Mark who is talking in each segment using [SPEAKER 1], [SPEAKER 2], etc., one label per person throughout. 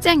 [SPEAKER 1] 健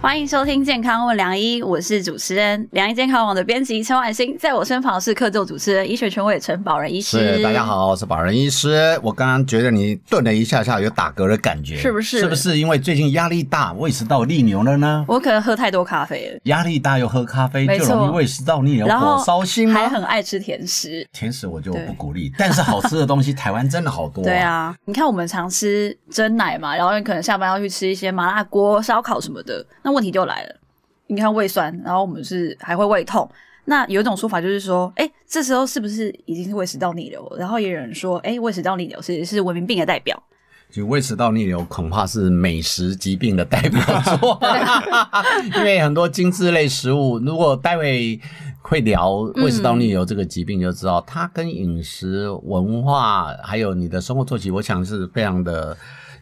[SPEAKER 1] 欢迎收听《健康问良医》，我是主持人良医健康网的编辑陈婉欣，在我身旁是客座主持人、医学权威陈宝仁医师。
[SPEAKER 2] 是，大家，好，我是保仁医师。我刚刚觉得你顿了一下下，有打嗝的感觉，
[SPEAKER 1] 是不是
[SPEAKER 2] 是不是因为最近压力大，胃食道逆流了呢？
[SPEAKER 1] 我可能喝太多咖啡了，
[SPEAKER 2] 压力大又喝咖啡，
[SPEAKER 1] 没
[SPEAKER 2] 就
[SPEAKER 1] 错
[SPEAKER 2] 容易胃食道逆流，
[SPEAKER 1] 然后
[SPEAKER 2] 火烧心
[SPEAKER 1] 还
[SPEAKER 2] 吗？
[SPEAKER 1] 很爱吃甜食。
[SPEAKER 2] 甜食我就
[SPEAKER 1] 对
[SPEAKER 2] 不鼓励，但是好吃 的东西台湾真的好多、
[SPEAKER 1] 对，啊，你看我们常吃蒸奶嘛，然后你可能下班要去吃一些麻辣锅、烧烤什么的，那问题就来了，你看胃酸，然后我们是还会胃痛。那有一种说法就是说，哎，这时候是不是已经是胃食道逆流了？然后也有人说，哎，胃食道逆流是是文明病的代表。
[SPEAKER 2] 就胃食道逆流恐怕是美食疾病的代表作， 因为很多精致类食物，如果待会会聊
[SPEAKER 1] 嗯
[SPEAKER 2] 胃食道逆流这个疾病，就知道、它跟饮食文化还有你的生活作息，我想是非常的。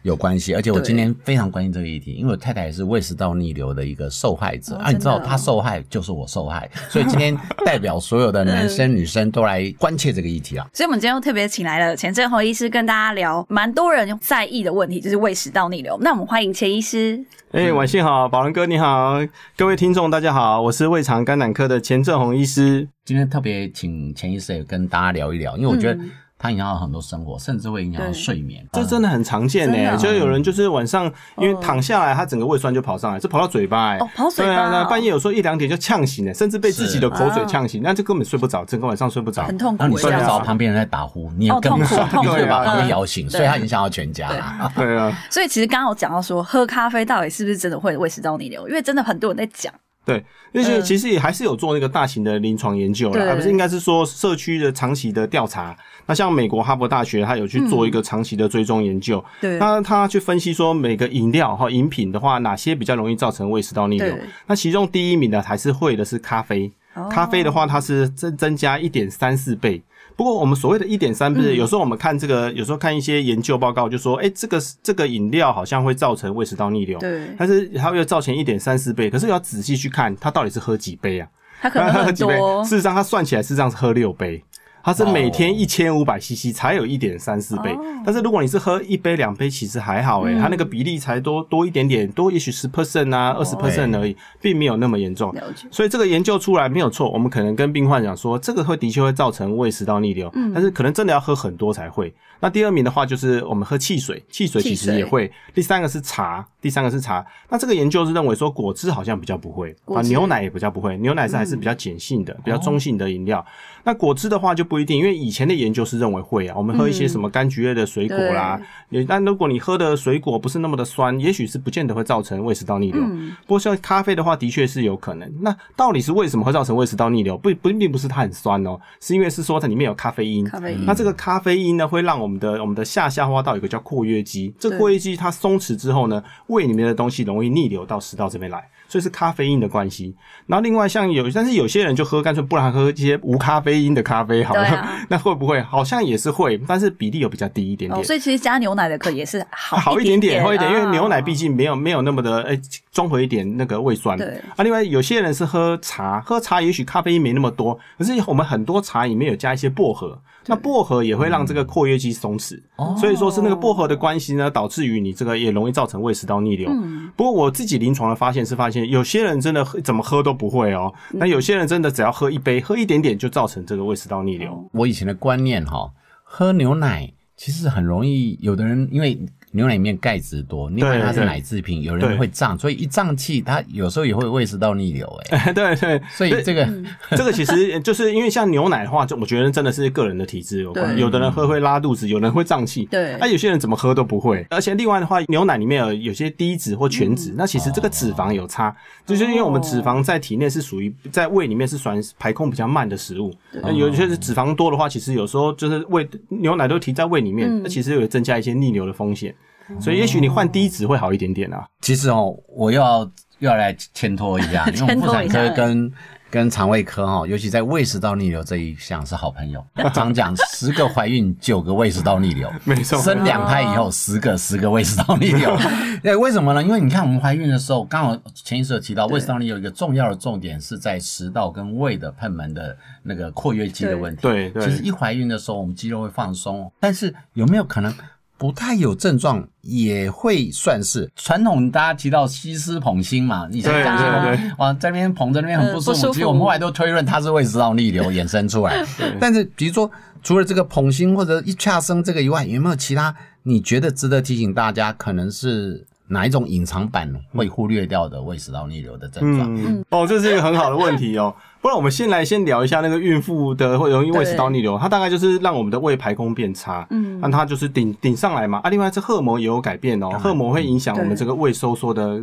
[SPEAKER 2] 有关系，而且我
[SPEAKER 1] 对
[SPEAKER 2] 今天非常关心这个议题，因为我太太也是胃食道逆流的一个受害者、
[SPEAKER 1] 哦
[SPEAKER 2] 啊，你知道
[SPEAKER 1] 真的哦
[SPEAKER 2] 她受害就是我受害，所以今天代表所有的 男生女生都来关切这个议题啊。
[SPEAKER 1] 所以我们今天又特别请来了钱正宏医师跟大家聊蛮多人在意的问题，就是胃食道逆流。那我们欢迎钱医师。
[SPEAKER 3] 哎、晚幸好，宝龙哥你好，各位听众大家好，我是胃肠肝胆科的钱正宏医师。
[SPEAKER 2] 今天特别请钱医师也跟大家聊一聊，因为我觉得
[SPEAKER 1] 嗯
[SPEAKER 2] 它影响到很多生活，甚至会影响到
[SPEAKER 1] 对
[SPEAKER 2] 睡眠。
[SPEAKER 3] 这真的很常见呢、
[SPEAKER 1] 啊真的哦
[SPEAKER 3] 就有人就是晚上因为躺下来，他整个胃酸就跑上来，这跑到嘴巴哎、
[SPEAKER 1] 哦跑嘴巴
[SPEAKER 3] 对啊，那
[SPEAKER 1] 哦
[SPEAKER 3] 半夜有时候一两点就呛醒了、甚至被自己的口水呛醒，那就根本睡不着，整个晚上睡不着。
[SPEAKER 1] 很痛苦
[SPEAKER 2] 然后啊你睡不
[SPEAKER 3] 这
[SPEAKER 2] 着，
[SPEAKER 3] 样子
[SPEAKER 2] 旁边人在打呼，你也
[SPEAKER 1] 哦
[SPEAKER 2] 更不爽，
[SPEAKER 1] 痛苦
[SPEAKER 2] 你就会
[SPEAKER 3] 痛苦
[SPEAKER 2] 把旁边
[SPEAKER 1] 嗯
[SPEAKER 2] 摇醒，所以
[SPEAKER 1] 对
[SPEAKER 2] 它影响到全家啦。
[SPEAKER 3] 对 啊，
[SPEAKER 1] 所以其实刚刚有讲到说，喝咖啡到底是不是真的会胃食道逆流？因为真的很多人在讲。
[SPEAKER 3] 对，因为
[SPEAKER 1] 嗯
[SPEAKER 3] 其实也还是有做那个大型的临床研究
[SPEAKER 1] 对
[SPEAKER 3] 啦，而不是应该是说社区的长期的调查。那像美国哈佛大学，它有去做一
[SPEAKER 1] 嗯
[SPEAKER 3] 个长期的追踪研究，
[SPEAKER 1] 对
[SPEAKER 3] 那它去分析说每个饮料哈饮品的话，哪些比较容易造成胃食道逆流
[SPEAKER 1] 对？哦
[SPEAKER 3] 那其中第一名的还是会的是咖啡，咖啡的话它是增增加一点三四倍。不过我们所谓的一点三
[SPEAKER 1] 嗯
[SPEAKER 3] 倍，有时候我们看这个，有时候看一些研究报告就说，哎、这个这个饮料好像会造成胃食道逆流。
[SPEAKER 1] 对，
[SPEAKER 3] 但是它又造成一点三四倍，可是要仔细去看，它到底是喝几杯啊？
[SPEAKER 1] 他可能
[SPEAKER 3] 它
[SPEAKER 1] 会
[SPEAKER 3] 喝
[SPEAKER 1] 很
[SPEAKER 3] 几杯？
[SPEAKER 1] 多
[SPEAKER 3] 事实上，它算起来事实上是喝六杯，它是每
[SPEAKER 2] 哇
[SPEAKER 3] 天
[SPEAKER 2] 哦
[SPEAKER 3] 一千五百 CC 才有一点三四倍。
[SPEAKER 1] 哦
[SPEAKER 3] 但是如果你是喝一杯两杯，其实还好诶、哎
[SPEAKER 1] 嗯
[SPEAKER 3] 它那个比例才多多一点点，多也许十 percent 啊，二十
[SPEAKER 1] 哦
[SPEAKER 3] percent 而已，并没有那么严重。
[SPEAKER 1] 了解，
[SPEAKER 3] 所以这个研究出来没有错，我们可能跟病患讲说，这个会的确会造成胃食道逆流，
[SPEAKER 1] 嗯
[SPEAKER 3] 但是可能真的要喝很多才会。那第二名的话就是我们喝汽水，汽水其
[SPEAKER 1] 汽
[SPEAKER 3] 实
[SPEAKER 1] 水
[SPEAKER 3] 也会。第三个是茶，第三个是茶。那这个研究是认为说果汁好像比较不会
[SPEAKER 1] 果
[SPEAKER 3] 啊，
[SPEAKER 1] 汁嗯
[SPEAKER 3] 牛奶也比较不会，牛奶是还是比较碱性的、比较中性的饮料。那果汁的话就不一定，因为以前的研究是认为会啊，我们喝一
[SPEAKER 1] 嗯
[SPEAKER 3] 些什么柑橘类的水果啦，也但如果你喝的水果不是那么的酸，也许是不见得会造成胃食道逆流。
[SPEAKER 1] 嗯
[SPEAKER 3] 不过像咖啡的话，的确是有可能。那到底是为什么会造成胃食道逆流？不不，并不是它很酸哦，是因为是说它里面有咖啡因。
[SPEAKER 1] 咖啡因
[SPEAKER 3] 那这个咖啡因呢，会让我们的我们的下消化道有一个叫括约肌，这
[SPEAKER 1] 对
[SPEAKER 3] 括约肌它松弛之后呢，胃里面的东西容易逆流到食道这边来，所以是咖啡因的关系。然后另外像有，但是有些人就喝干脆不然喝一些无咖啡因的咖啡好了，
[SPEAKER 1] 对啊
[SPEAKER 3] 那会不会好像也是会，但是比例有比较低一点点。
[SPEAKER 1] 哦，所以其实加牛奶的可也是好
[SPEAKER 3] 好一
[SPEAKER 1] 点
[SPEAKER 3] 点点，好一点，因为
[SPEAKER 1] 啊
[SPEAKER 3] 牛奶毕竟没有没有那么的哎，综合一点那个胃酸。
[SPEAKER 1] 对
[SPEAKER 3] 啊，另外有些人是喝茶，喝茶也许咖啡因没那么多，可是我们很多茶里面有加一些薄荷，那薄荷也会让这个括约肌松弛，
[SPEAKER 2] 哦
[SPEAKER 3] 所以说是那个薄荷的关系呢，导致于你这个也容易造成胃食道逆流。
[SPEAKER 1] 嗯
[SPEAKER 3] 不过我自己临床的发现是，发现有些人真的喝怎么喝都不会哦，那有些人真的只要喝一杯，喝一点点就造成这个胃食道逆流。
[SPEAKER 2] 我以前的观念哈、喝牛奶其实很容易，有的人因为牛奶里面钙质多，另外它是
[SPEAKER 3] 对
[SPEAKER 2] 奶制品，有
[SPEAKER 3] 对
[SPEAKER 2] 人会胀，所以一胀气，它有时候也会胃食道逆流、 哎，
[SPEAKER 3] 对对，
[SPEAKER 2] 所以这个
[SPEAKER 1] 嗯
[SPEAKER 3] 这个其实呃就是因为像牛奶的话，就我觉得真的是个人的体质有关。
[SPEAKER 1] 对
[SPEAKER 3] 有的人喝会拉肚子，有人会胀气，
[SPEAKER 1] 对
[SPEAKER 3] 那、有些人怎么喝都不会。而且另外的话，牛奶里面有有些低脂或全
[SPEAKER 1] 嗯
[SPEAKER 3] 脂，那其实这个脂肪有差，
[SPEAKER 1] 哦
[SPEAKER 3] 就是因为我们脂肪在体内是属于在胃里面是算排空比较慢的食物。那有些是脂肪多的话，其实有时候就是胃牛奶都停在胃里面，
[SPEAKER 1] 嗯
[SPEAKER 3] 那、其实有增加一些逆流的风险。所以也许你换低脂会好一点点啊。
[SPEAKER 2] 其实哦，我又要又要来牵拖一下，因为我们妇产科跟跟肠胃科哈，尤其在胃食道逆流这一项是好 朋友。常讲十个怀孕九个胃食道逆流，
[SPEAKER 3] 没错
[SPEAKER 2] 生两胎以后十个十个胃食道逆流。对，为什么呢？因为你看我们怀孕的时候，刚好前一次有提到胃食道逆流一个重要的重点是在食道跟胃的贲门的那个括约肌的问题。
[SPEAKER 3] 对
[SPEAKER 2] 其实
[SPEAKER 3] 对，
[SPEAKER 2] 一怀孕的时候，我们肌肉会放松，哦但是有没有可能不太有症状也会算是传统？大家提到吸湿捧心嘛，以前讲
[SPEAKER 1] 对
[SPEAKER 3] 对
[SPEAKER 2] 说哇，在那边捧着那边很不
[SPEAKER 1] 嗯
[SPEAKER 2] 舒
[SPEAKER 1] 不舒
[SPEAKER 2] 服，
[SPEAKER 1] 服
[SPEAKER 2] 其实我们后来都推论它是胃食道逆流衍生出 来。但是比如说，除了这个捧心或者一恰生这个以外，有没有其他你觉得值得提醒大家？可能是哪一种隐藏版会忽略掉的胃食道逆流的症状？
[SPEAKER 3] 嗯，哦，这是一个很好的问题哦。不然我们先来先聊一下那个孕妇的会容易胃食道逆流，它大概就是让我们的胃排空变差，
[SPEAKER 1] 嗯
[SPEAKER 3] 那它就是顶顶上来嘛。啊，另外这荷尔蒙也有改变哦，荷尔蒙会影响我们
[SPEAKER 1] 对
[SPEAKER 3] 这个胃收缩的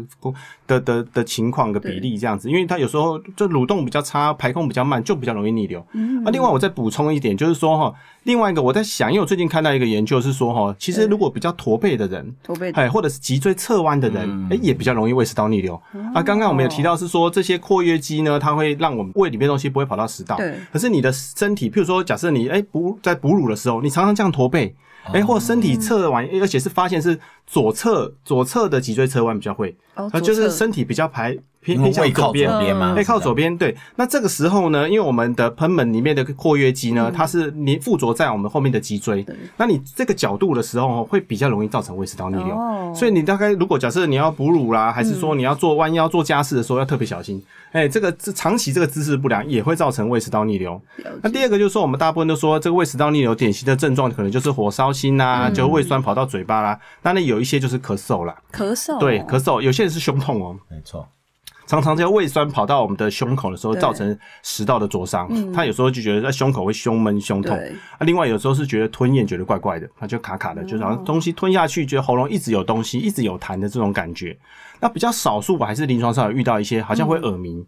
[SPEAKER 3] 的的的情况的比例这样子，因为它有时候就蠕动比较差，排空比较慢，就比较容易逆流。
[SPEAKER 1] 嗯
[SPEAKER 3] 啊，另外我再补充一点，就是说哈，另外一个我在想，因为我最近看到一个研究是说哈，其实
[SPEAKER 1] 对
[SPEAKER 3] 如果比较驼背的人，
[SPEAKER 1] 驼背
[SPEAKER 3] 哎，或者是脊椎侧弯的人，
[SPEAKER 2] 嗯哦
[SPEAKER 3] 哎、也比较容易胃食道逆流。啊，刚刚我们有提到是说，这些括约肌呢，它会让我们胃里面的东西不会跑到食道。
[SPEAKER 1] 对
[SPEAKER 3] 可是你的身体，譬如说，假设你哎哺在哺乳的时候，你常常这样驼背，
[SPEAKER 2] 哦
[SPEAKER 3] 哎、或身体侧弯，哎而且是发现是左侧左侧的脊椎侧弯比较会，
[SPEAKER 1] 哦，
[SPEAKER 3] 那就是
[SPEAKER 1] 左侧
[SPEAKER 3] 身体比较排偏
[SPEAKER 2] 因
[SPEAKER 3] 偏
[SPEAKER 2] 为
[SPEAKER 3] 向
[SPEAKER 2] 胃靠
[SPEAKER 3] 左
[SPEAKER 2] 左
[SPEAKER 3] 边。
[SPEAKER 2] 边嘛，
[SPEAKER 3] 哎、靠左边对。那这个时候呢，因为我们的贲门里面的括约肌
[SPEAKER 2] 嗯
[SPEAKER 3] 呢，它是你附着在我们后面的脊椎
[SPEAKER 1] 对，
[SPEAKER 3] 那你这个角度的时候会比较容易造成胃食道逆流。
[SPEAKER 1] 哦
[SPEAKER 3] 所以你大概如果假设你要哺乳啦，还是说你要做弯腰做家事的时候，要特别小心。哎、这个这长期这个姿势不良也会造成胃食道逆流。
[SPEAKER 1] 了
[SPEAKER 3] 那
[SPEAKER 1] 解
[SPEAKER 3] 第二个就是说，我们大部分都说这个胃食道逆流典型的症状可能就是火烧心啦、就胃酸跑到嘴巴啦。那那有一些就是咳嗽啦，
[SPEAKER 1] 咳嗽，
[SPEAKER 3] 对，咳嗽，有些人是胸痛哦、
[SPEAKER 2] 没错。
[SPEAKER 3] 常常这个胃酸跑到我们的胸口的时候，
[SPEAKER 1] 对嗯
[SPEAKER 3] 造成食道的灼伤。他有时候就觉得在胸口会胸闷、胸痛。
[SPEAKER 1] 对哦
[SPEAKER 3] 啊，另外有时候是觉得吞咽觉得怪怪的，他就卡卡的，就是好像东西吞下去，觉得喉咙一直有东西，一直有痰的这种感觉。那比较少数，我还是临床上有遇到一些，好像会耳鸣。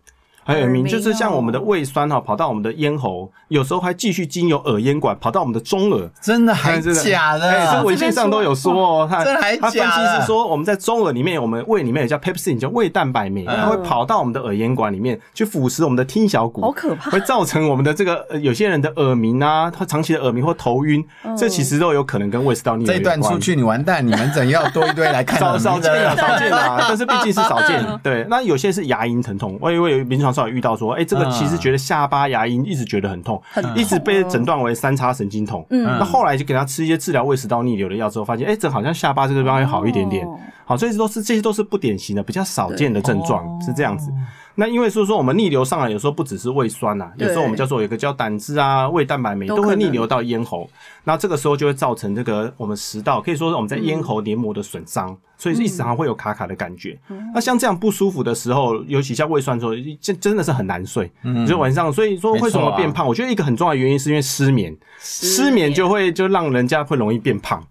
[SPEAKER 3] 还有
[SPEAKER 1] 嗯
[SPEAKER 3] 耳
[SPEAKER 1] 耳
[SPEAKER 3] 鸣，
[SPEAKER 1] 鸣
[SPEAKER 3] 就是像我们的
[SPEAKER 1] 哦
[SPEAKER 3] 胃酸哈、跑到我们的咽喉，有时候还继续经由耳咽管跑到我们的中耳，
[SPEAKER 2] 真的还
[SPEAKER 3] 哎真的
[SPEAKER 2] 假的？
[SPEAKER 3] 哎，这文献上都有说哦，它
[SPEAKER 2] 这边说
[SPEAKER 3] 它分
[SPEAKER 2] 真的还假
[SPEAKER 3] 析
[SPEAKER 2] 的
[SPEAKER 3] 是说，我们在中耳里面，我们胃里面有叫 pepsin，叫胃蛋白酶，
[SPEAKER 2] 嗯
[SPEAKER 3] 它会跑到我们的耳咽管里面去腐蚀我们的听小骨，
[SPEAKER 1] 好可怕
[SPEAKER 3] 会造成我们的这个呃有些人的耳鸣啊，他长期的耳鸣或头晕，这其实都有可能跟胃食道逆
[SPEAKER 2] 嗯这
[SPEAKER 3] 流
[SPEAKER 2] 一
[SPEAKER 3] 有
[SPEAKER 2] 段
[SPEAKER 3] 关
[SPEAKER 2] 出。去你完蛋，你们整要多一堆来看
[SPEAKER 3] 少少
[SPEAKER 2] 你
[SPEAKER 3] 见
[SPEAKER 2] 的
[SPEAKER 3] 啊，少见啊，但是毕竟是少见。
[SPEAKER 2] 嗯
[SPEAKER 3] 对，那有些是牙龈疼痛，我因为有临床上有遇到说，哎，这个
[SPEAKER 2] 嗯
[SPEAKER 3] 其实觉得下巴牙龈一直觉得很痛，
[SPEAKER 1] 很
[SPEAKER 3] 嗯一直被
[SPEAKER 1] 痛哦
[SPEAKER 3] 诊断为三叉神经痛。
[SPEAKER 1] 嗯
[SPEAKER 3] 那后来就给他吃一些治疗胃食道逆流的药之后，发现哎、诶这好像下巴这个地方会好一点点。
[SPEAKER 1] 哦
[SPEAKER 3] 好，这些都是这些都是不典型的、比较少见的症状，是这样子
[SPEAKER 2] 哦。
[SPEAKER 3] 那因为是说我们逆流上来，有时候不只是胃酸呐、
[SPEAKER 1] 对
[SPEAKER 3] 有时候我们叫做有一个叫胆汁啊、胃蛋白酶
[SPEAKER 1] 都
[SPEAKER 3] 都
[SPEAKER 1] 可
[SPEAKER 3] 会
[SPEAKER 1] 能
[SPEAKER 3] 逆流到咽喉，那这个时候就会造成这个我们食道，可以说是我们在咽喉黏膜的损伤，所以是一
[SPEAKER 1] 嗯
[SPEAKER 3] 时常会有卡卡的感觉。那像这样不舒服的时候，尤其像胃酸的时候，真真的是很难睡，就晚上，所以说为什
[SPEAKER 2] 嗯没
[SPEAKER 3] 么
[SPEAKER 2] 错啊
[SPEAKER 3] 变胖？我觉得一个很重要的原因是因为失眠，失眠就会就让人家会容易变胖。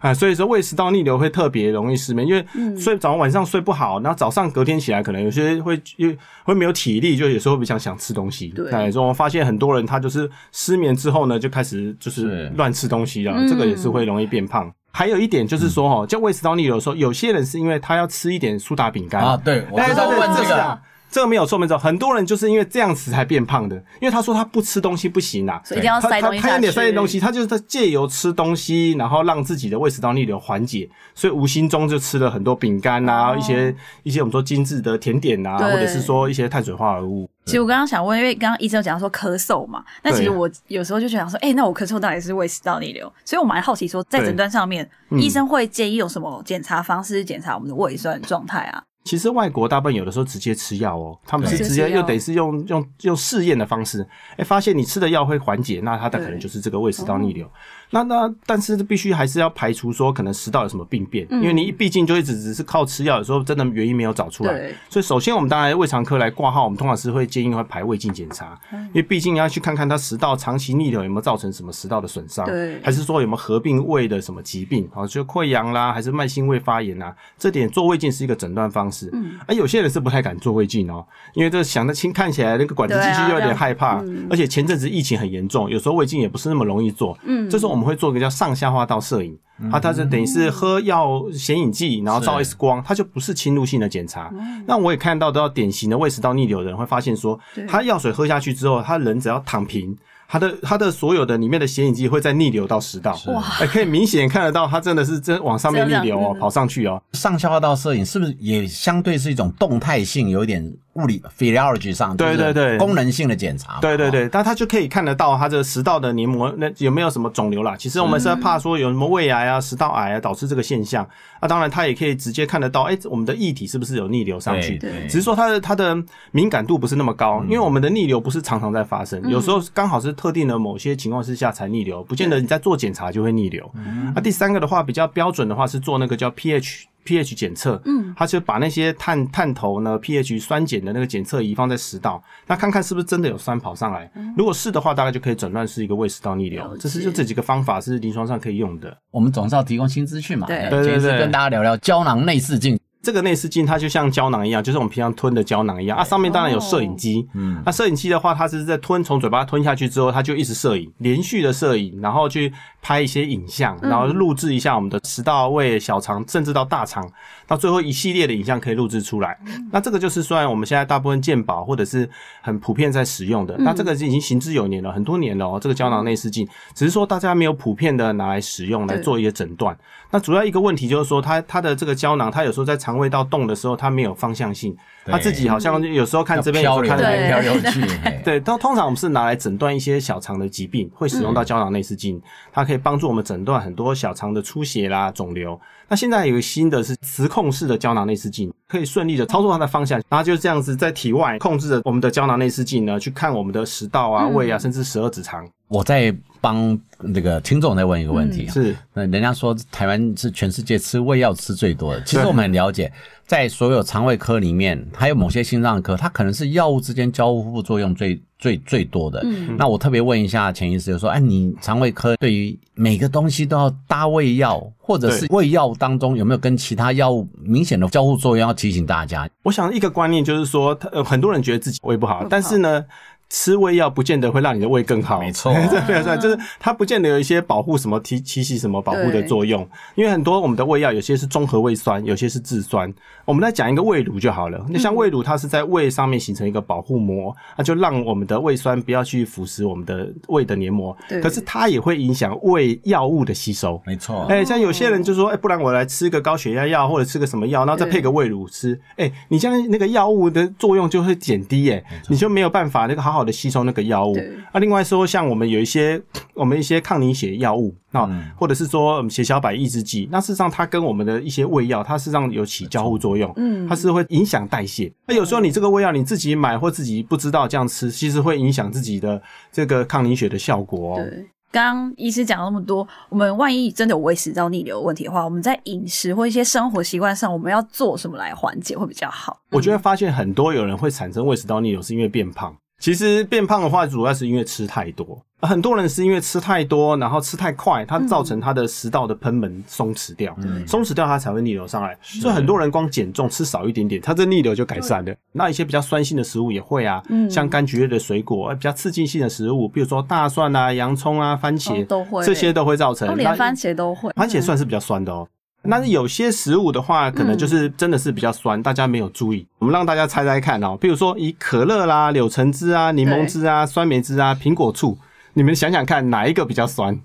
[SPEAKER 3] 啊，所以说胃食道逆流会特别容易失眠，因
[SPEAKER 1] 嗯
[SPEAKER 3] 为睡早上晚上睡不好，然后早上隔天起来可能有些会又会没有体力，就有时候比较想吃东西。
[SPEAKER 1] 对
[SPEAKER 3] 哎，所以我发现很多人他就是失眠之后呢，就开始就是
[SPEAKER 2] 是
[SPEAKER 3] 乱吃东西了
[SPEAKER 1] 嗯，
[SPEAKER 3] 这个也是会容易变胖。还有一点就是
[SPEAKER 2] 嗯
[SPEAKER 3] 说哦，就胃食道逆流的时候，有些人是因为他要吃一点苏打饼干
[SPEAKER 2] 啊，对，我
[SPEAKER 3] 哎
[SPEAKER 2] 就
[SPEAKER 3] 对
[SPEAKER 2] 在
[SPEAKER 3] 对
[SPEAKER 2] 问
[SPEAKER 3] 这
[SPEAKER 2] 这
[SPEAKER 3] 是
[SPEAKER 2] 个
[SPEAKER 3] 啊。这个没有错，没错。很多人就是因为这样子才变胖的，因为他说他不吃东西不行啊，
[SPEAKER 1] 所以一定要
[SPEAKER 3] 他
[SPEAKER 1] 塞
[SPEAKER 3] 他
[SPEAKER 1] 东西
[SPEAKER 3] 他
[SPEAKER 1] 下
[SPEAKER 3] 有
[SPEAKER 1] 去，
[SPEAKER 3] 点塞点东西，他就是在借由吃东西，然后让自己的胃食道逆流缓解，所以无形中就吃了很多饼干啊，
[SPEAKER 1] 哦
[SPEAKER 3] 一些一些我们说精致的甜点啊，
[SPEAKER 1] 对
[SPEAKER 3] 或者是说一些碳水化合物。
[SPEAKER 1] 其实我刚刚想问，因为刚刚医生有讲说咳嗽嘛，那其实我有时候就想说，哎、那我咳嗽到底是胃食道逆流？所以我蛮好奇说，在诊断上面，
[SPEAKER 3] 嗯
[SPEAKER 1] 医生会建议有什么检查方式检查我们的胃酸状态啊？
[SPEAKER 3] 其实外国大部分有的时候直接吃药哦，他们
[SPEAKER 1] 对
[SPEAKER 3] 是直
[SPEAKER 1] 直
[SPEAKER 3] 接
[SPEAKER 1] 接吃药
[SPEAKER 3] 又得是用用用试验的方式，哎，发现你吃的药会缓解，那它的可能就是这个胃食道逆
[SPEAKER 1] 哦
[SPEAKER 3] 流。那那但是必须还是要排除说可能食道有什么病
[SPEAKER 1] 嗯
[SPEAKER 3] 变，因为你毕竟就一直只是靠吃药，有时候真的原因没有找出来
[SPEAKER 1] 对。
[SPEAKER 3] 所以首先我们当然胃肠科来挂号，我们通常是会建议会排胃镜检查，
[SPEAKER 1] 嗯
[SPEAKER 3] 因为毕竟要去看看它食道长期逆流有没有造成什么食道的损伤，
[SPEAKER 1] 对
[SPEAKER 3] 还是说有没有合哦并胃的什么疾病，啊，就溃疡啦，还是慢性胃发炎啦，这点做胃镜是一个诊断方式。
[SPEAKER 1] 嗯
[SPEAKER 3] 啊，有些人是不太敢做胃镜哦，因为这想得清，看起来那个管子
[SPEAKER 1] 对
[SPEAKER 3] 进
[SPEAKER 1] 啊
[SPEAKER 3] 去就有点
[SPEAKER 1] 让
[SPEAKER 3] 害怕，
[SPEAKER 1] 嗯
[SPEAKER 3] 而且前阵子疫情很严重，有时候胃镜也不是那么容易做。
[SPEAKER 1] 嗯，
[SPEAKER 3] 这时候我们会做一个叫上下化道摄影，啊，它是等于是喝药显影剂，然后照
[SPEAKER 2] 是
[SPEAKER 3] X 光，它就不是侵入性的检
[SPEAKER 1] 嗯
[SPEAKER 3] 查。那我也看到，到典型的胃食道逆流的人会发现说
[SPEAKER 1] 对，
[SPEAKER 3] 他药水喝下去之后，他人只要躺平，他的他的所有的里面的显影剂会再逆流到食道，
[SPEAKER 2] 哇
[SPEAKER 3] 哎，可以明显看得到，他真的是真往上面逆流
[SPEAKER 1] 这样嗯
[SPEAKER 3] 哦
[SPEAKER 1] 子，
[SPEAKER 3] 跑上去哦。
[SPEAKER 2] 上消化道摄影是不是也相对是一种动态性，有点物理 physiology 上，
[SPEAKER 3] 对
[SPEAKER 2] 就是
[SPEAKER 3] 对对
[SPEAKER 2] 功能性的检查嘛，
[SPEAKER 3] 对对
[SPEAKER 2] 哦，
[SPEAKER 3] 对，但他就可以看得到他这个食道的黏膜那有没有什么肿瘤啦。其实我们
[SPEAKER 1] 嗯
[SPEAKER 3] 是在怕说有什么胃癌啊、食道癌啊导致这个现象。啊，当然他也可以直接看得到，哎、我们的液体是不是有逆流上去？
[SPEAKER 2] 对对
[SPEAKER 3] 只是说它的它的敏感度不是那么高，因为我们的逆流不是常常在发
[SPEAKER 1] 嗯
[SPEAKER 3] 生，有时候刚好是特定的某些情况之下才逆流，不见得你在做检查就会逆流。
[SPEAKER 1] 嗯
[SPEAKER 3] 啊，第三个的话比较标准的话是做那个叫 pH。pH 检测，嗯，它就把那些探探头呢 pH 酸碱的那个检测仪放在食道，那看看是不是真的有酸跑上来。如果是的话，大概就可以诊断是一个胃食道逆流
[SPEAKER 1] 嗯了。
[SPEAKER 3] 这是
[SPEAKER 1] 解
[SPEAKER 3] 就这几个方法是临床上可以用的。
[SPEAKER 2] 我们总是要提供新资讯嘛，
[SPEAKER 1] 对
[SPEAKER 2] 哎
[SPEAKER 3] 对对
[SPEAKER 2] 今天是
[SPEAKER 3] 对
[SPEAKER 2] 跟大家聊聊胶囊内视镜，
[SPEAKER 3] 这个内视镜它就像胶囊一样，就是我们平常吞的胶囊一样啊。上面当然有摄影机，嗯，那摄影机的话，它是在吞从嘴巴吞下去之后，它就一直摄影，连续的摄影，然后去拍一些影像，然后录制一下我们的食道、胃、小肠，甚至到大肠，到最后一系列的影像可以录制出来。那这个就是虽然我们现在大部分健保或者是很普遍在使用的，那这个已经行之有年了，很多年了哦。这个胶囊内视镜，只是说大家没有普遍的拿来使用来
[SPEAKER 1] 对
[SPEAKER 3] 做一些诊断。那主要一个问题就是说，它它的这个胶囊，它有时候在肠胃道动的时候，它没有方向性，
[SPEAKER 2] 对
[SPEAKER 3] 它自己好像有时候看这边，有
[SPEAKER 2] 漂
[SPEAKER 3] 时候
[SPEAKER 2] 流
[SPEAKER 3] 看那
[SPEAKER 1] 对
[SPEAKER 3] 边。
[SPEAKER 2] 来漂流去，哎
[SPEAKER 3] 对，通通常我们是拿来诊断一些小肠的疾病，会使用到胶囊内视镜，它可以帮助我们诊断很多小肠的出血啦、肿瘤。那现在有一个新的是磁控式的胶囊内视镜，可以顺利的操作它的方向，然后就这样子在体外控制着我们的胶囊内视镜呢，去看我们的食道啊、
[SPEAKER 1] 嗯
[SPEAKER 3] 胃啊，甚至十二指肠。
[SPEAKER 2] 我再帮那个听众再问一个问题啊，
[SPEAKER 3] 是，
[SPEAKER 2] 那人家说台湾是全世界吃胃药吃最多的，其实我们很了解，在所有肠胃科里面，还有某些心脏科，它可能是药物之间交互作用最最最多的。
[SPEAKER 1] 嗯
[SPEAKER 2] 那我特别问一下钱医师，就说，哎，你肠胃科对于每个东西都要搭胃药，或者是胃药当中有没有跟其他药物明显的交互作用？要提醒大家，
[SPEAKER 3] 我想一个观念就是说，他呃，很多人觉得自己胃不好
[SPEAKER 1] 不，
[SPEAKER 3] 但是呢。吃胃药不见得会让你的胃更好，
[SPEAKER 2] 没 错
[SPEAKER 3] 这没有错，就是它不见得有一些保护什么提提起什么保护的
[SPEAKER 1] 对
[SPEAKER 3] 作用，因为很多我们的胃药有些是中和胃酸，有些是制酸。我们来讲一个胃乳就好了，那像胃乳它是在胃上面形成一个保护膜，那就让我们的胃酸不要去腐蚀我们的胃的黏膜
[SPEAKER 1] 对，
[SPEAKER 3] 可是它也会影响胃药物的吸收。
[SPEAKER 2] 没
[SPEAKER 1] 哦
[SPEAKER 2] 错
[SPEAKER 3] 哎、像有些人就说，哎、不然我来吃个高血压药或者吃个什么药，然
[SPEAKER 1] 嗯
[SPEAKER 3] 后再配个胃乳吃，哎、你这样那个药物的作用就会减低、哎，你就没有办法那个好好的吸收那个药物
[SPEAKER 1] 对。
[SPEAKER 3] 啊，另外说，像我们有一些我们一些抗凝血药物啊、或者是说嗯血小板抑制剂，那事实上它跟我们的一些胃药，它事实上有起交互作用，
[SPEAKER 1] 嗯
[SPEAKER 3] 它是会影响代谢。那有时候你这个胃药你自己买或自己不知道这样吃，其实会影响自己的这个抗凝血的效果、哦。
[SPEAKER 1] 对，刚刚医师讲了那么多，我们万一真的有胃食道逆流的问题的话，我们在饮食或一些生活习惯上，我们要做什么来缓解会比较好？嗯
[SPEAKER 3] 我就会发现很多有人会产生胃食道逆流，是因为变胖。其实变胖的话，主要是因为吃太多。很多人是因为吃太多，然后吃太快，它造
[SPEAKER 1] 嗯
[SPEAKER 3] 成他的食道的喷门松弛掉，
[SPEAKER 2] 嗯
[SPEAKER 3] 松弛掉它才会逆流上来。所以很多人光减重吃少一点点，它这逆流就改善了。那一些比较酸性的食物也会啊，
[SPEAKER 1] 嗯
[SPEAKER 3] 像柑橘类的水果，呃比较刺激性的食物，比如说大蒜啊、洋葱啊、番茄，
[SPEAKER 1] 哦都会
[SPEAKER 3] 这些都会造成。
[SPEAKER 1] 哦，
[SPEAKER 3] 那
[SPEAKER 1] 连番茄都会，
[SPEAKER 3] 番茄算是比较酸的哦。但是有些食物的话，可能就是真的是比较酸，大家没有注意。我们让大家猜猜看哦，比如说以可乐啦、柳橙汁啊、柠檬汁啊、酸梅汁啊、苹果醋，你们想想看哪一个比较酸？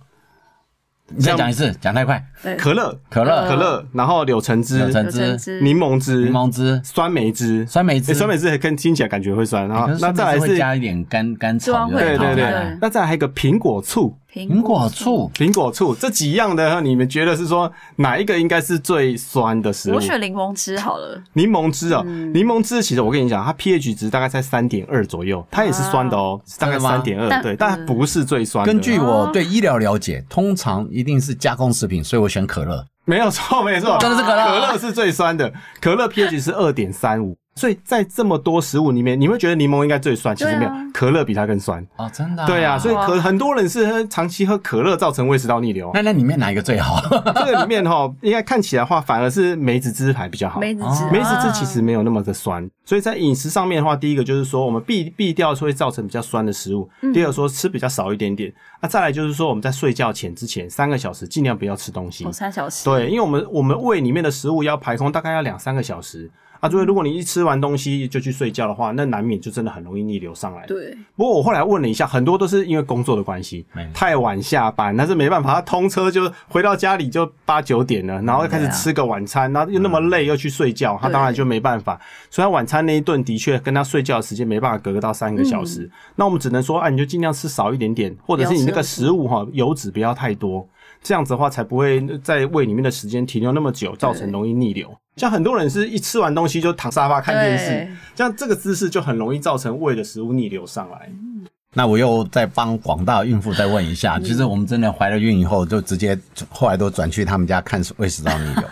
[SPEAKER 2] 你再讲一次，讲太快，
[SPEAKER 1] 嗯对
[SPEAKER 3] 可乐、
[SPEAKER 2] 可乐、
[SPEAKER 3] 可乐，然后柳橙汁、
[SPEAKER 2] 柳橙
[SPEAKER 1] 有橙
[SPEAKER 2] 汁、
[SPEAKER 1] 汁
[SPEAKER 3] 柠檬汁、
[SPEAKER 2] 柠檬汁、
[SPEAKER 3] 酸梅汁、
[SPEAKER 2] 酸梅汁、
[SPEAKER 3] 诶酸梅汁，跟听起来感觉会酸啊。
[SPEAKER 2] 可
[SPEAKER 3] 然
[SPEAKER 2] 是
[SPEAKER 3] 后
[SPEAKER 2] 酸
[SPEAKER 3] 那
[SPEAKER 2] 梅
[SPEAKER 3] 再来
[SPEAKER 2] 汁会
[SPEAKER 3] 是，
[SPEAKER 2] 加一点甘甘草，
[SPEAKER 1] 对
[SPEAKER 3] 对对
[SPEAKER 1] 对
[SPEAKER 2] 啊
[SPEAKER 3] 对，那再来还有一个苹果醋。
[SPEAKER 2] 苹果醋，
[SPEAKER 3] 苹果醋这几样的，你们觉得是说哪一个应该是最酸的食物？
[SPEAKER 1] 我选柠檬汁好了，
[SPEAKER 3] 柠檬汁哦，
[SPEAKER 1] 嗯
[SPEAKER 3] 柠檬汁其实我跟你讲，它 pH 值大概在三点二左右，它也是酸的哦，是大概
[SPEAKER 2] 真的吗
[SPEAKER 3] 三点二，
[SPEAKER 1] 啊但嗯
[SPEAKER 3] 对，但它不是最酸的。
[SPEAKER 2] 根据我对医疗了解，通常一定是加工食品，所以我选可乐。
[SPEAKER 3] 没有错，没错，
[SPEAKER 2] 真的是可乐啊
[SPEAKER 3] 可乐是最酸的，可乐 pH 是二点三五。所以在这么多食物里面，你会觉得柠檬应该最酸，其实没
[SPEAKER 1] 对
[SPEAKER 3] 有
[SPEAKER 1] 啊，
[SPEAKER 3] 可乐比它更酸。
[SPEAKER 2] 哦，真的、
[SPEAKER 3] 对啊，所以
[SPEAKER 1] 哇
[SPEAKER 3] 可很多人是喝长期喝可乐造成胃食道 逆流。
[SPEAKER 2] 那那里面哪一个最好？
[SPEAKER 3] 这个里面哈，应该看起来的话，反而是梅子汁还比较好。
[SPEAKER 1] 梅子
[SPEAKER 2] 哦
[SPEAKER 1] 汁，啊
[SPEAKER 3] 梅子汁其实没有那么的酸，所以在饮食上面的话，第一个就是说我们避避掉会造成比较酸的食物，
[SPEAKER 1] 嗯
[SPEAKER 3] 第二个说吃比较少一点点，那、再来就是说我们在睡觉前之前三个小时尽量不要吃东西
[SPEAKER 1] 哦，，三小时，
[SPEAKER 3] 对，因为我们我们胃里面的食物要排空大概要两三个小时啊，所以如果你一吃完东西就去睡觉的话，那难免就真的很容易逆流上来。
[SPEAKER 1] 对，
[SPEAKER 3] 不过我后来问了一下，很多都是因为工作的关系
[SPEAKER 2] 没错，
[SPEAKER 3] 太晚下班，但是没办法，他通车就回到家里就八九点了，然后开始吃个晚餐，然后又那么累，又去睡觉，他当然就没办法。所以他晚餐那一顿的确跟他睡觉的时间没办法隔到三个小时，那我们只能说，啊，你就尽量吃少一点点，或者是你那个食物哈油脂不要太多。这样子的话，才不会在胃里面的时间停留那么久，造成容易逆流。像很多人是一吃完东西就躺沙发看电视
[SPEAKER 1] 对，
[SPEAKER 3] 像这个姿势就很容易造成胃的食物逆流上来。
[SPEAKER 2] 那我又再帮广大孕妇再问一下，其实我们真的怀了孕以后，就直接后来都转去他们家看胃食道逆 流。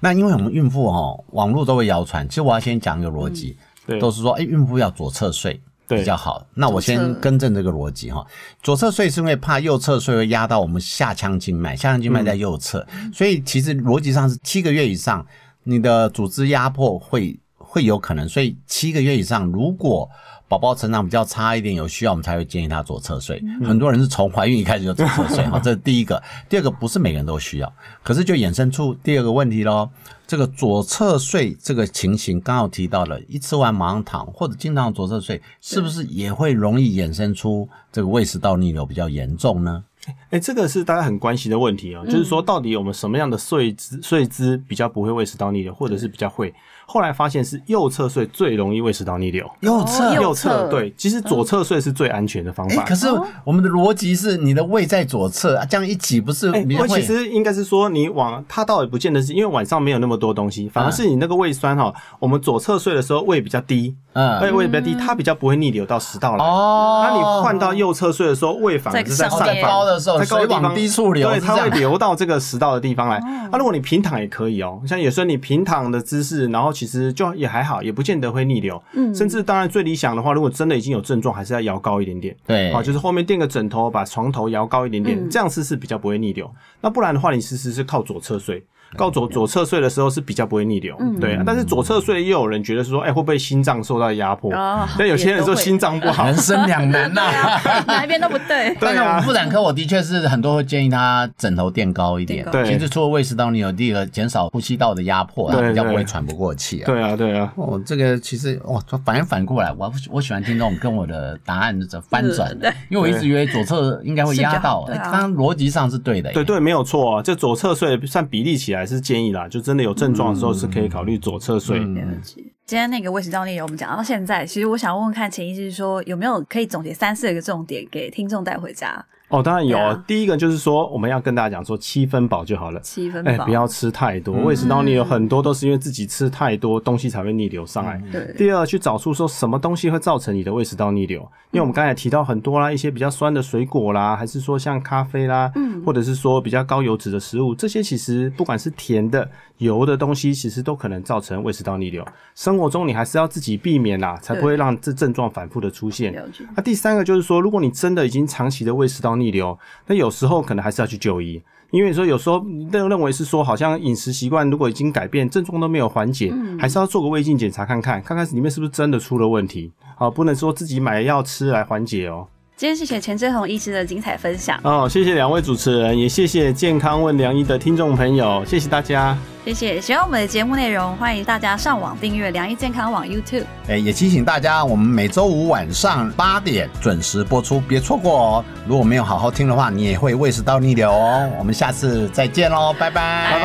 [SPEAKER 2] 那因为我们孕妇哦，网络都会谣传，其实我要先讲一个逻辑，
[SPEAKER 3] 对
[SPEAKER 2] 都是说，哎、孕妇要左侧睡。
[SPEAKER 3] 对
[SPEAKER 2] 比较好。那我
[SPEAKER 1] 左
[SPEAKER 2] 先
[SPEAKER 1] 侧
[SPEAKER 2] 更正这个逻辑哈，左侧睡是因为怕右侧睡会压到我们下腔静脉，下腔静脉在右侧，
[SPEAKER 1] 嗯
[SPEAKER 2] 所以其实逻辑上是七个月以上，你的组织压迫会会有可能，所以七个月以上如果。宝宝成长比较差一点，有需要我们才会建议他左侧
[SPEAKER 1] 嗯
[SPEAKER 2] 睡。很多人是从怀孕一开始就左侧睡，哈，这是第一个。第二个不是每个人都需要，可是就衍生出第二个问题喽。这个左侧睡这个情形，刚好提到了，一吃完马上躺，或者经常左侧睡，是不是也会容易衍生出这个胃食道逆流比较严重呢？
[SPEAKER 3] 哎、这个是大家很关心的问题
[SPEAKER 2] 嗯
[SPEAKER 3] 哦、就是说到底我们什么样的睡姿睡姿比较不会胃食道逆流，或者是比较会？后来发现是右侧睡最容易胃食道逆流。
[SPEAKER 2] 右侧
[SPEAKER 1] 哦右
[SPEAKER 3] 右侧
[SPEAKER 1] 侧
[SPEAKER 3] 对，其实左侧睡是最安全的方
[SPEAKER 2] 哎、
[SPEAKER 3] 法。
[SPEAKER 2] 可是
[SPEAKER 1] 哦
[SPEAKER 2] 我们的逻辑是你的胃在左侧，啊这样一挤不是
[SPEAKER 3] 哎、
[SPEAKER 2] 比较
[SPEAKER 3] 我
[SPEAKER 2] 会？
[SPEAKER 3] 其实应该是说，你往它倒也不见得是因为晚上没有那么多东西，反而是你那个胃酸哈、哦我们左侧睡的时候胃比较低，胃
[SPEAKER 2] 嗯，
[SPEAKER 3] 胃比较低，它比较不会逆流到食道来。
[SPEAKER 2] 哦，
[SPEAKER 3] 那你换到右侧睡的时候，胃反而是
[SPEAKER 1] 在
[SPEAKER 3] 在上
[SPEAKER 1] 上
[SPEAKER 2] 哦在
[SPEAKER 1] 面
[SPEAKER 3] 方
[SPEAKER 2] 高。的时候，
[SPEAKER 3] 在高
[SPEAKER 2] 水
[SPEAKER 3] 的地
[SPEAKER 2] 往
[SPEAKER 3] 方
[SPEAKER 2] 低处流，
[SPEAKER 3] 对，
[SPEAKER 2] 是
[SPEAKER 3] 它
[SPEAKER 2] 这
[SPEAKER 3] 会
[SPEAKER 2] 样
[SPEAKER 3] 流到这个食道的地方来。
[SPEAKER 1] 嗯
[SPEAKER 3] 那、如果你平躺也可以哦，像有时候你平躺的姿势，然后其实就也还好，也不见得会逆流。嗯，甚至当然最理想的话，如果真的已经有症状，还是要摇高一点点。
[SPEAKER 2] 对
[SPEAKER 3] 好、就是后面垫个枕头，把床头摇高一点
[SPEAKER 1] 嗯
[SPEAKER 3] 点，这样姿势比较不会逆流。那不然的话，你其实是靠左侧睡。
[SPEAKER 2] 嗯
[SPEAKER 3] 靠左左侧睡的时候是比较不会逆流，
[SPEAKER 1] 嗯
[SPEAKER 3] 对啊。但是左侧睡又有人觉得说，哎、会不会心脏受到压迫？
[SPEAKER 1] 哦
[SPEAKER 3] 但有些人说
[SPEAKER 1] 也都会
[SPEAKER 3] 心 脏不好，
[SPEAKER 2] 人生两难 呐、
[SPEAKER 1] 啊哪一边都不 对，
[SPEAKER 3] 对啊
[SPEAKER 2] 但是我们妇产科，我的确是很多会建议他枕头垫高一点
[SPEAKER 1] 垫。高
[SPEAKER 3] 对
[SPEAKER 2] 其实除了胃食道逆流，第一个减少呼吸道的压迫，他
[SPEAKER 3] 对
[SPEAKER 2] 比较不会
[SPEAKER 3] 对
[SPEAKER 2] 喘不过气啊。
[SPEAKER 3] 对啊，对啊。
[SPEAKER 2] 哦，这个其实哦，反正反过来，我我喜欢听这种跟我的答案这翻转的，因为我一直以为左侧应该会压到，哎
[SPEAKER 1] 是比较对啊
[SPEAKER 2] 当然逻辑上是对的耶。
[SPEAKER 3] 对对，没有错、啊。这左侧睡算比例起来是建议啦，就真的有症状的时候是可以考虑左侧睡。
[SPEAKER 2] 嗯
[SPEAKER 1] 了解。今天那个胃食道逆流，我们讲到现在，其实我想问问看，潜意识说有没有可以总结三四个重点给听众带回家？
[SPEAKER 3] 哦，当然有、
[SPEAKER 1] 对啊
[SPEAKER 3] 第一个就是说，我们要跟大家讲说七分饱就好了。
[SPEAKER 1] 七分
[SPEAKER 3] 哎、
[SPEAKER 1] 饱，嗯
[SPEAKER 3] 不要吃太多，胃食道逆流很多都是因为自己吃太多东西才会逆流上来。
[SPEAKER 1] 对，
[SPEAKER 3] 嗯第二，去找出说什么东西会造成你的胃食道逆流，因为我们刚才提到很多啦，一些比较酸的水果啦，还是说像咖啡啦，嗯，或者是说比较高油脂的食物，这些其实不管是甜的、油的东西，其实都可能造成胃食道逆流。生活中你还是要自己避免啦，才不会让这症状反复的出现。
[SPEAKER 1] 了解。
[SPEAKER 3] 那第三个就是说，如果你真的已经长期的胃食道逆流，那有时候可能还是要去就医，因为说有时候你认认为是说，好像饮食习惯如果已经改变，症状都没有缓解，还是要做个胃镜检查看看，看看里面是不是真的出了问题。好，不能说自己买药吃来缓解哦。
[SPEAKER 1] 今天谢谢钱志宏医师的精彩分享，
[SPEAKER 3] 哦，谢谢两位主持人，也谢谢健康问良医的听众朋友，谢谢大家。
[SPEAKER 1] 谢谢。喜欢我们的节目内容，欢迎大家上网订阅良医健康网 YouTube。
[SPEAKER 2] 哎，也提醒大家，我们每周五晚上八点准时播出，别错过哦。如果没有好好听的话，你也会胃食道逆流哦。我们下次再见喽，拜拜，
[SPEAKER 3] 拜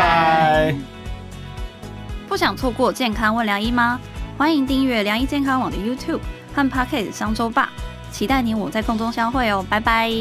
[SPEAKER 3] 拜。
[SPEAKER 1] 不想错过健康问良医吗？欢迎订阅良医健康网的 YouTube 和 Pocket 商周吧，期待你我在空中相会哦，拜拜。